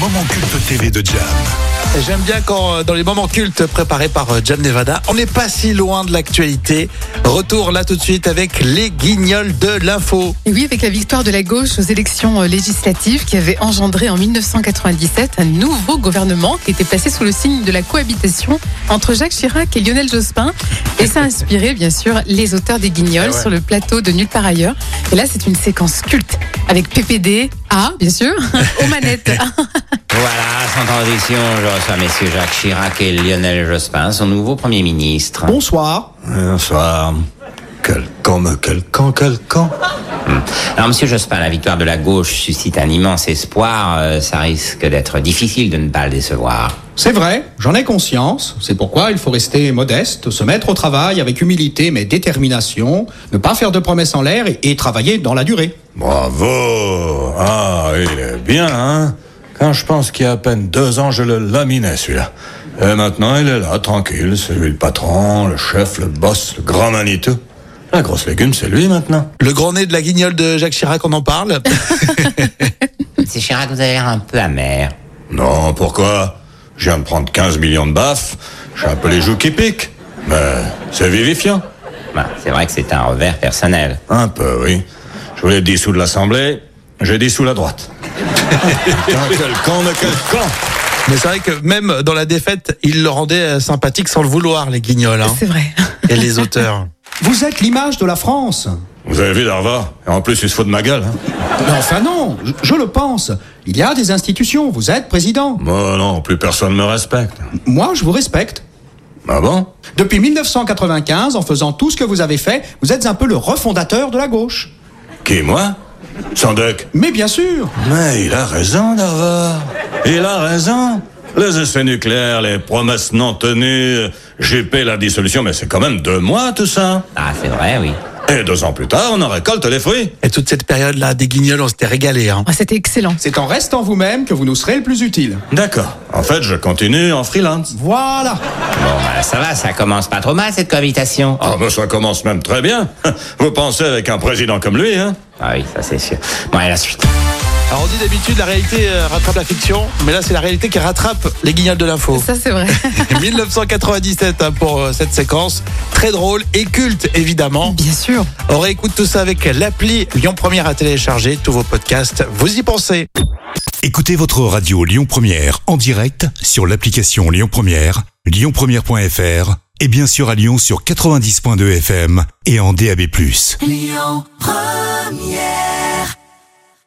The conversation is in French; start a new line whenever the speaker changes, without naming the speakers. moments cultes TV de Jam.
J'aime bien quand euh, dans les moments cultes préparés par euh, Jam Nevada, on n'est pas si loin de l'actualité. Retour là tout de suite avec les guignols de l'info.
Et oui, avec la victoire de la gauche aux élections euh, législatives qui avait engendré en 1997 un nouveau gouvernement qui était placé sous le signe de la cohabitation entre Jacques Chirac et Lionel Jospin. Et ça a inspiré, bien sûr, les auteurs des guignols
Ah ouais.
sur le plateau de Nulle part ailleurs. Et là, c'est une séquence culte avec PPD, A, bien sûr, aux manettes.
Voilà, sans transition, je reçois messieurs Jacques Chirac et Lionel Jospin, son nouveau Premier ministre.
Bonsoir.
Bonsoir.
Quel camp, me quel camp, quel camp.
Alors, monsieur Jospin, la victoire de la gauche suscite un immense espoir. euh, ça risque d'être difficile de ne pas le décevoir.
C'est vrai, j'en ai conscience. C'est pourquoi il faut rester modeste, se mettre au travail avec humilité mais détermination, ne pas faire de promesses en l'air et, et travailler dans la durée.
Bravo Ah, il est bien, hein Quand je pense qu'il y a à peine deux ans, je le laminais, celui-là. Et maintenant, il est là, tranquille. C'est lui le patron, le chef, le boss, le grand Manitou. La grosse légume, c'est lui maintenant.
Le grand nez de la guignol de Jacques Chirac, on en parle.
Monsieur Chirac, vous avez l'air un peu amer.
Non, pourquoi Je viens de prendre 15 millions de baffes. J'ai un peu les joues qui piquent. Mais c'est vivifiant.
Bah, c'est vrai que c'est un revers personnel.
Un peu, oui. Je voulais dissoudre l'Assemblée. J'ai dissous la droite. Putain, quel camp, mais quel camp
Mais c'est vrai que même dans la défaite, il le rendait euh, sympathique sans le vouloir, les guignols. hein.
C'est vrai.
Et les auteurs.
Vous êtes l'image de la France.
Vous avez vu, Darva Et en plus, il se fout de ma gueule, hein
Mais enfin non, je, je le pense. Il y a des institutions, vous êtes président.
Moi, non, plus personne me respecte.
Moi, je vous respecte.
Ah bon
Depuis 1995, en faisant tout ce que vous avez fait, vous êtes un peu le refondateur de la gauche.
Qui, moi Sandek
Mais bien sûr,
Mais il a raison, Darva. Il a raison. Les essais nucléaires, les promesses non tenues, GP, la dissolution, mais c'est quand même deux mois, tout ça.
Ah, c'est vrai, oui.
Et deux ans plus tard, on en récolte les fruits.
Et toute cette période-là, des guignols, on s'était régalé. Hein.
Ah, C'était excellent.
c'est en restant vous-même que vous nous serez le plus utile.
D'accord. En fait, je continue en freelance.
Voilà.
Bon, bah, ça va, ça commence pas trop mal, cette cohabitation. Oh.
Ah, ben ça commence même très bien. Vous pensez avec un président comme lui, hein
Ah oui, ça c'est sûr. Bon, et la suite.
Alors on dit d'habitude, la réalité euh, rattrape la fiction, mais là c'est la réalité qui rattrape les guignols de l'info.
Ça, c'est vrai.
1997 hein, pour euh, cette séquence. Très drôle et culte, évidemment.
Bien sûr.
On réécoute tout ça avec l'appli Lyon Première à télécharger. Tous vos podcasts, vous y pensez.
Écoutez votre radio Lyon Première en direct sur l'application Lyon Première, lyonpremière.fr et bien sûr à Lyon sur 90.2 FM et en DAB+.